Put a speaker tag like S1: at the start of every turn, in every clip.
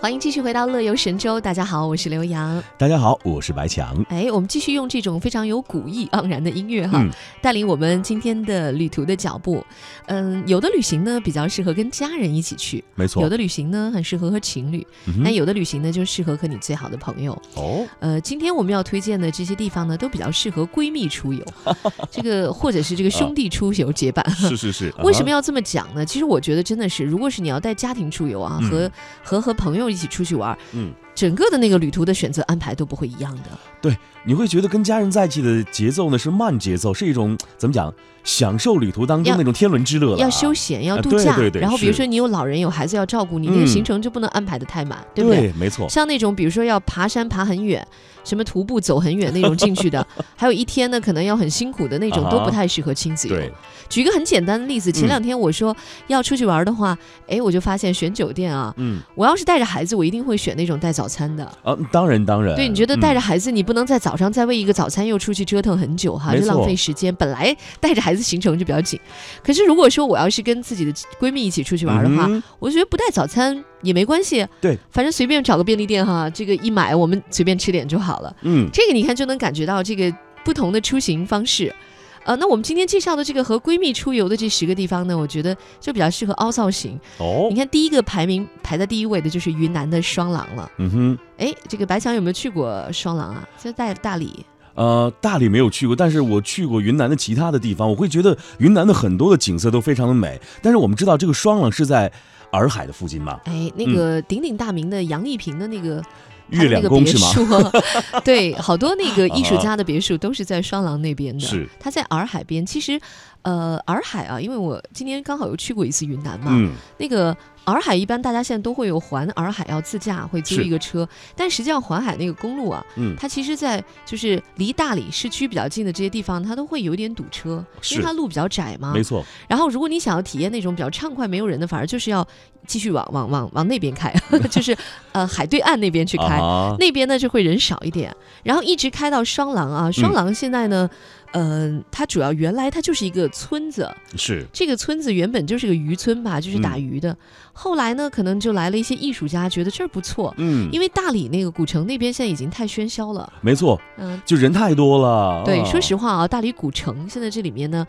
S1: 欢迎继续回到乐游神州，大家好，我是刘洋。
S2: 大家好，我是白强。
S1: 哎，我们继续用这种非常有古意盎然的音乐哈，
S2: 嗯
S1: 带领我们今天的旅途的脚步。嗯，有的旅行呢比较适合跟家人一起去，
S2: 没错，
S1: 有的旅行呢很适合和情侣，
S2: 嗯哼
S1: 那有的旅行呢就适合和你最好的朋友。
S2: 哦，
S1: 呃，今天我们要推荐的这些地方呢，都比较适合闺蜜出 游，这个或者是这个兄弟出游结伴。
S2: 是是是
S1: 为什么
S2: 要
S1: 要这么讲呢？其实我觉得真的是，如果是你要带家庭出游啊，
S2: 嗯
S1: 和和和朋友一起出去玩，
S2: 嗯，
S1: 整个的那个旅途的选择安排都不会一样的。
S2: 啊你会觉得跟家人在一起的节奏呢是慢节奏，是一种怎么讲，享受旅途当中
S1: 要
S2: 那种天伦之乐了啊
S1: 要休闲，要
S2: 啊
S1: 度
S2: 对
S1: 假，
S2: 对对
S1: 然后比如
S2: 是
S1: 说你有老人有孩子要照顾，你那个行
S2: 嗯
S1: 程就不能安排的太满，对
S2: 对
S1: 不对？
S2: 没错，
S1: 像那种比如说要爬山爬很远，什么徒步走很远那种进去 的，还有一天呢可能要很辛苦的那种，
S2: 啊哈
S1: 都不太适合亲子游。
S2: 对，
S1: 举一个很简单的例子，前
S2: 嗯
S1: 两天我说要出去玩的话，哎，我就发现选酒店啊，
S2: 嗯
S1: 我要是带着孩子，我一定会选那种带早餐的。
S2: 啊，当然当然。
S1: 对，你觉得带
S2: 嗯
S1: 着孩子，你不能在早上再为一个早餐又出去折腾很久哈，
S2: 没
S1: 就浪
S2: 错
S1: 费时间。本来带着孩子行程就比较紧，可是如果说我要是跟自己的闺蜜一起出去玩的话，
S2: 嗯
S1: 我觉得不带早餐也没关系。啊
S2: 对，
S1: 反正随便找个便利店哈，这个一买我们随便吃点就好了。
S2: 嗯，
S1: 这个你看就能感觉到这个不同的出行方式。呃，那我们今天介绍的这个和闺蜜出游的这十个地方呢，我觉得就比较适合凹造型。
S2: 哦
S1: 你，看，第一个排名排在第一位的就是云南的双廊了。
S2: 嗯哼，
S1: 哎，这个白强有没有去过双廊啊？就在大理，
S2: 呃，大理没有去过，但是我去过云南的其他的地方，我会觉得云南的很多的景色都非常的美。但是我们知道这个双廊是在洱海的附近嘛，
S1: 哎，那个鼎鼎大名的杨丽萍的那个
S2: 月亮宫是吗？啊
S1: 她的那个别墅，啊 对，好多那 个艺术家的别墅都是在双廊那边的。
S2: 是，
S1: 它在洱海边。其实，呃，洱海啊，因为我今年刚好有去过一次云南嘛，
S2: 嗯，
S1: 那个洱海一般大家现在都会有环洱海要自驾，会租
S2: 是
S1: 一个车，但实际上环海那个公路啊，
S2: 嗯
S1: 它其实，在就是离大理市区比较近的这些地方，它都会有点堵车，因为
S2: 是
S1: 它路比较窄嘛。
S2: 没错，
S1: 然后，如果你想要体验那种比较畅快、没有人的，反而就是要继续往往往往那边 开， 就是呃海对岸那边去开。
S2: 啊，
S1: 那边呢就会人少一点，然后一直开到双廊啊。双廊现在呢，嗯、它主要原来它就是一个村子，
S2: 是，
S1: 这个村子原本就是个渔村吧，就是打
S2: 嗯
S1: 鱼的。后来呢，可能就来了一些艺术家，觉得这儿不错。
S2: 嗯，
S1: 因为大理那个古城那边现在已经太喧嚣了，
S2: 没错，
S1: 嗯、
S2: 就人太多了。
S1: 对，
S2: 啊
S1: 说实话啊，大理古城现在这里面呢，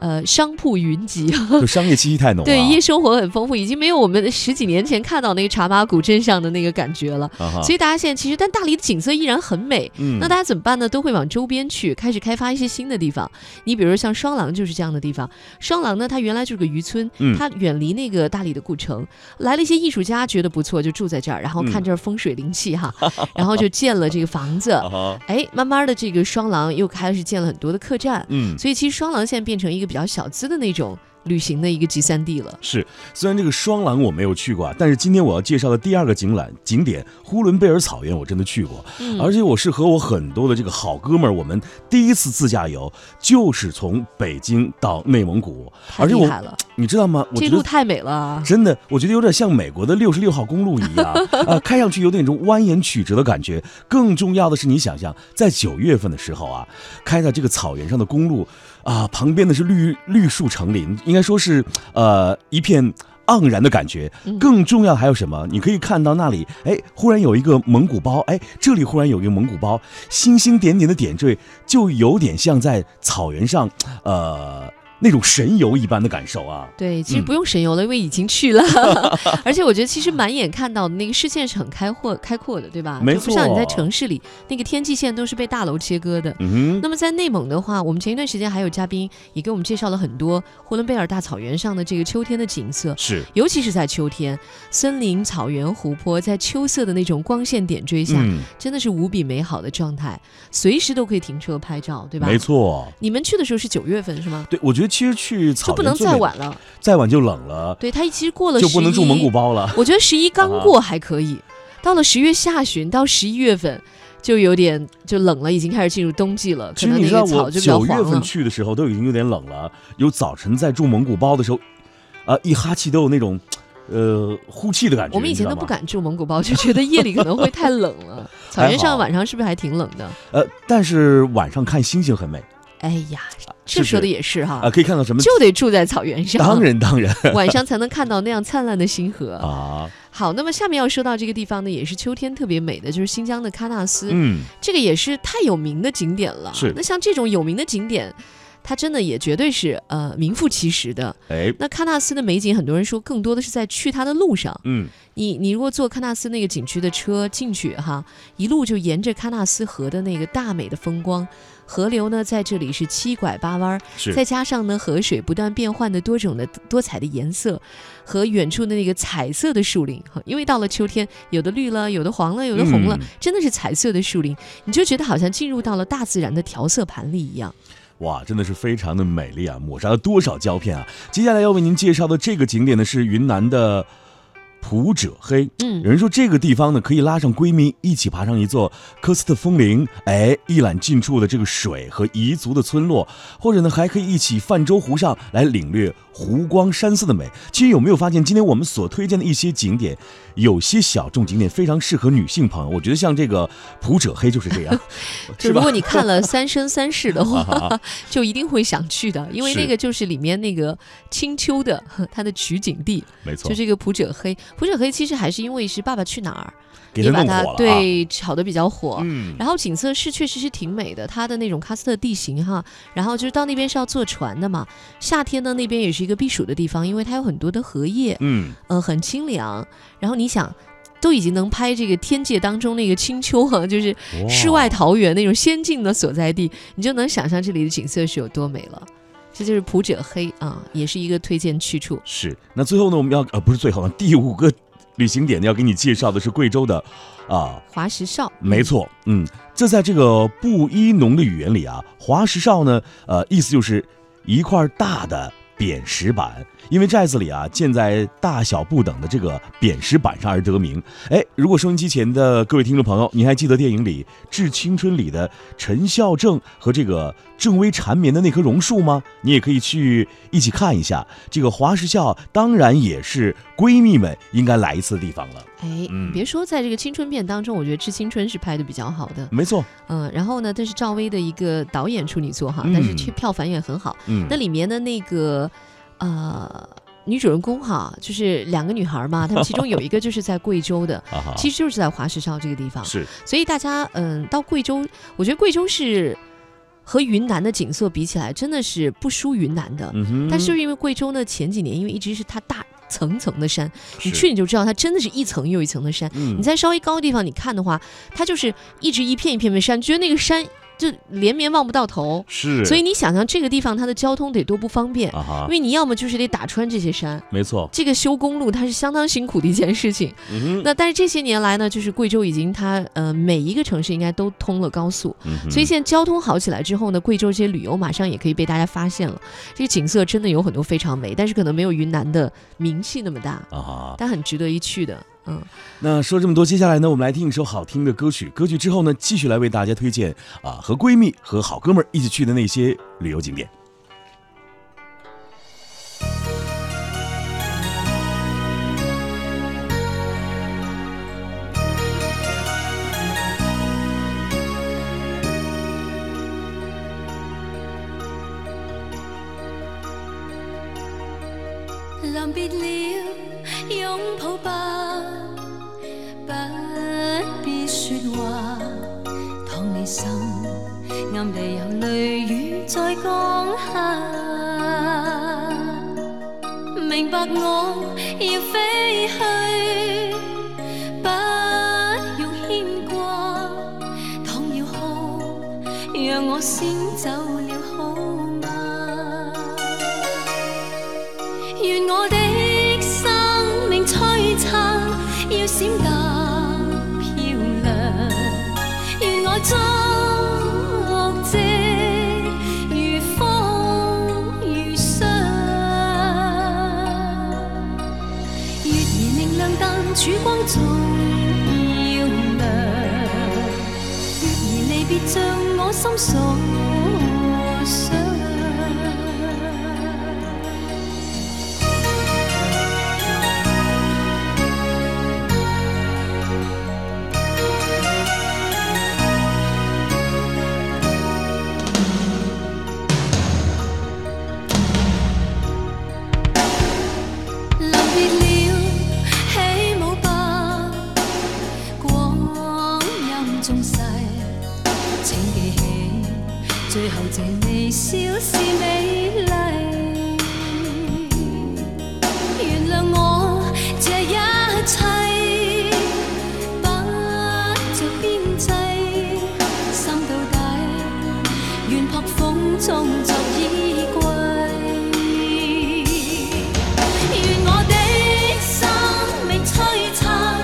S1: 呃，商铺云集，
S2: 就商业气息太浓了。啊
S1: 对，夜生活很丰富，已经没有我们十几年前看到那个茶马古镇上的那个感觉了。
S2: 啊哈
S1: 所以大家现在其实，但大理的景色依然很美，
S2: 嗯，
S1: 那大家怎么办呢？都会往周边去，开始开发一些新的地方。你比如像双廊就是这样的地方。双廊呢，它原来就是个渔村，
S2: 嗯
S1: 它远离那个大理的古城，来了一些艺术家，觉得不错，就住在这儿，然后看
S2: 嗯
S1: 这儿风水灵气 哈，然后就建了这个房子
S2: 啊。哈，
S1: 哎，慢慢的这个双廊又开始建了很多的客栈，
S2: 嗯。
S1: 所以其实双廊现在变成一个比较小资的那种旅行的一个集散地了。
S2: 是，虽然这个双廊我没有去过啊，但是今天我要介绍的第二个景览景点呼伦贝尔草原，我真的去过，
S1: 嗯
S2: 而且我是和我很多的这个好哥们儿，我们第一次自驾游就是从北京到内蒙古，
S1: 太
S2: 而且
S1: 厉
S2: 我
S1: 害了，
S2: 你知道吗？我
S1: 这
S2: 觉
S1: 路
S2: 得
S1: 太美了啊。
S2: 真的，我觉得有点像美国的六十六号公路一 样，啊，开上去有点那种蜿蜒曲折的感觉。更重要的是，你想象在九月份的时候啊，开在这个草原上的公路啊，旁边的是绿绿树成林，应该说是呃一片。盎然的感觉
S1: 嗯，
S2: 更重要的还有什么？你可以看到那里，哎，忽然有一个蒙古包，哎，这里忽然有一个蒙古包，星星点点的点缀，就有点像在草原上，呃，那种神游一般的感受啊。
S1: 对，其实
S2: 嗯
S1: 不用神游了，因为已经 去了。而且我觉得，其实满眼看到的那个视线是很开阔、开阔的，对吧？
S2: 没
S1: 就不像你在
S2: 错
S1: 城市里，那个天际线都是被大楼切割的。
S2: 嗯哼。
S1: 那么在内蒙的话，我们前一段时间还有嘉宾也给我们介绍了很多呼伦贝尔大草原上的这个秋天的景色，
S2: 是，
S1: 尤其是在秋天，森林、草原、湖泊在秋色的那种光线点缀下，
S2: 嗯，
S1: 真的是无比美好的状态，随时都可以停车拍照，对吧？
S2: 没。错。
S1: 你们去的时候是九月份是吗？
S2: 对，我觉得其实去
S1: 就
S2: 草
S1: 不
S2: 原
S1: 能
S2: 最
S1: 再
S2: 美，
S1: 晚了。
S2: 再晚就冷了，
S1: 对，它其实过了
S2: 就不能住
S1: 11
S2: 蒙古啊包了。
S1: 我觉得十一刚过还可以，到了十月下旬到十一月份就有点就冷了，已经开始进入冬季了，可
S2: 其实
S1: 能
S2: 你
S1: 那
S2: 知道，
S1: 个草
S2: 我
S1: 就比较
S2: 九月
S1: 黄
S2: 份
S1: 了。
S2: 去的时候都已经有点冷了，有早晨在住蒙古包的时候，啊、一哈气都有那种，呃，呼气的感觉。
S1: 我们以
S2: 你知
S1: 前
S2: 道
S1: 都不
S2: 吗。
S1: 敢住蒙古包，就觉得夜里可能会太冷 了。草原
S2: 还
S1: 上
S2: 好
S1: 晚上是不是还挺冷的？
S2: 呃，但是晚上看星星很美
S1: 哎呀，
S2: 啊是
S1: 这
S2: 不
S1: 说的
S2: 是
S1: 也是哈
S2: 啊、，可以看到什么？
S1: 就得住在草原上，
S2: 当然当然
S1: 晚上才能看到那样灿烂的星河。
S2: 啊，
S1: 好，那么下面要说到这个地方呢，也是秋天特别美的，就是新疆的喀纳斯，
S2: 嗯，
S1: 这个也是太有名的景点了。
S2: 是
S1: 那像这种有名的景点，它真的也绝对是呃名副其实的。
S2: 哎，
S1: 那喀纳斯的美景，很多人说更多的是在去它的路上。
S2: 嗯，
S1: 你你如果坐喀纳斯那个景区的车进去哈，一路就沿着喀纳斯河的那个大美的风光，河流呢在这里是七拐八弯儿，
S2: 是，
S1: 再加上呢河水不断变换的多种的多彩的颜色，和远处的那个彩色的树林，哈因为到了秋天，有的绿了，有的黄了，有的红了，
S2: 嗯
S1: 真的是彩色的树林，你就觉得好像进入到了大自然的调色盘里一样。
S2: 哇，真的是非常的美丽啊！抹杀了多少胶片啊！接下来要为您介绍的这个景点呢，是云南的普者黑。
S1: 嗯
S2: 有人说这个地方呢，可以拉上闺蜜一起爬上一座科斯特峰林，哎，一览近处的这个水和彝族的村落，或者呢，还可以一起泛舟湖上来领略湖光山色的美。其实有没有发现，今天我们所推荐的一些景点，有些小众景点非常适合女性朋友。我觉得像这个普者黑就是这 样，
S1: 就是如
S2: 吧
S1: 果？你看了《三生三世》的话，
S2: 啊
S1: 就一定会想去的，因为
S2: 是
S1: 那个就是里面那个青丘的呵它的取景地，
S2: 没错
S1: 就，这个普者黑。普者黑其实还是因为是《爸爸去哪儿》
S2: 给
S1: 也
S2: 它
S1: 把
S2: 弄
S1: 它
S2: 火了啊！，
S1: 对炒得比较火。
S2: 嗯，
S1: 然后景色是确实是挺美的，它的那种喀斯特地形哈，然后就是到那边是要坐船的嘛。夏天呢，那边也是一个避暑的地方，因为它有很多的荷叶，
S2: 嗯，
S1: 嗯、很清凉。然后你想，都已经能拍这个天界当中那个青丘哈、就是
S2: 哇
S1: 世外桃源那种仙境的所在地，你就能想象这里的景色是有多美了。这就是普者黑啊，也是一个推荐去处。
S2: 是。那最后呢，我们要呃不是最后呢，第五个旅行点呢要给你介绍的是贵州的，啊，
S1: 华石哨，
S2: 没错，嗯，这在这个布依农的语言里啊，滑石哨呢，呃，意思就是一块大的扁石板，因为寨子里啊建在大小不等的这个扁石板上而得名。哎，如果收音机前的各位听众朋友，您还记得电影里《致青春》里的陈孝正和这个正危缠绵的那棵榕树吗？你也可以去一起看一下。这个滑石校当然也是闺蜜们应该来一次的地方了。
S1: 哎，
S2: 嗯
S1: 别说在这个青春片当中，我觉得《致青春》是拍的比较好的。
S2: 没错，
S1: 嗯，然后呢，这是赵薇的一个导演处女作哈，
S2: 嗯
S1: 但是去票房也很好。
S2: 嗯，
S1: 那，里面的那个呃女主人公哈，就是两个女孩嘛，她们其中有一个就是在贵州的
S2: 啊哈
S1: 其实就是在华石哨这个地方。
S2: 是
S1: 所以大家嗯，到贵州，我觉得贵州是和云南的景色比起来，真的是不输云南的。
S2: 嗯哼，
S1: 但是因为贵州呢，前几年因为一直是它大层层的山，你
S2: 是
S1: 去你就知道它真的是一层又一层的山。
S2: 嗯
S1: 你在稍微高的地方你看的话，它就是一直一片一片的山，觉得那个山就连绵望不到头。
S2: 是，
S1: 所以你想想这个地方它的交通得多不方便，
S2: 啊哈
S1: 因，为你要么就是得打穿这些山，
S2: 没错，
S1: 这个修公路它是相当辛苦的一件事情。
S2: 嗯
S1: 那但是这些年来呢，就是贵州已经它呃每一个城市应该都通了高速，
S2: 嗯哼，
S1: 所以现在交通好起来之后呢，贵州这些旅游马上也可以被大家发现了。这个景色真的有很多非常美，但是可能没有云南的名气那么大，
S2: 啊哈，
S1: 但很值得一去的。嗯，
S2: 那说这么多，接下来呢，我们来听一首好听的歌曲。歌曲之后呢，继续来为大家推荐啊，和闺蜜和好哥们儿一起去的那些旅游景点。
S3: 臨別了，擁抱吧，不必說話。倘你心暗地有淚雨在降下，明白我要飛去，不用牽掛。倘要哭，讓我先走了好嗎？愿我的生命璀璨，要闪得漂亮。愿我终获藉如风如霜。月儿明亮，但曙光仲要亮。月儿离别，像我心所想。臨別了，起舞吧，最后这微笑是美丽。原谅我这一切，不着边际，心到底，愿扑风中作依归。愿我的心未璀璨，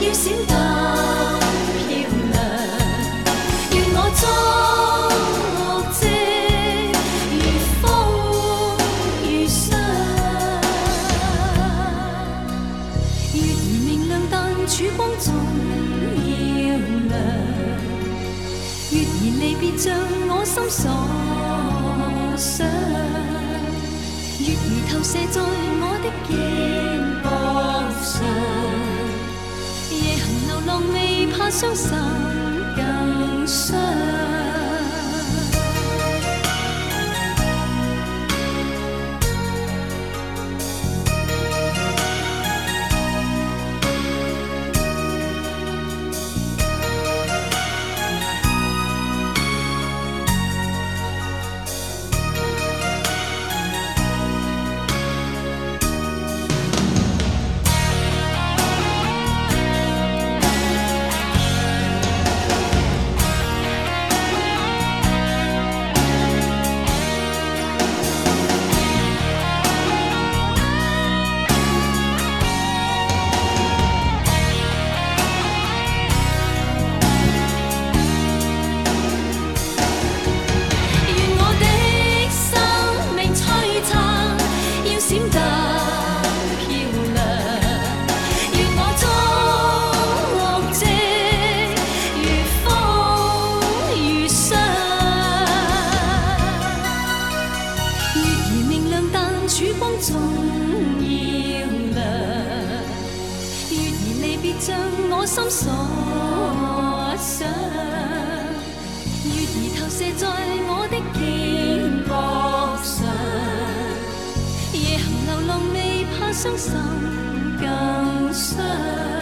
S3: 要闪得漂亮。愿我作者如风如霜。月儿明亮，但曙光总要亮。月儿离别，像我心所想。月儿投射在我的肩膊上，夜行流浪未怕伤心更伤。愿我的生命璀璨，要闪得漂亮。愿我作者如风如霜。月儿明亮，但曙光總要亮。月兒離別，像我心所想。月儿投射在我的肩膊上，夜行流浪未怕伤心更伤。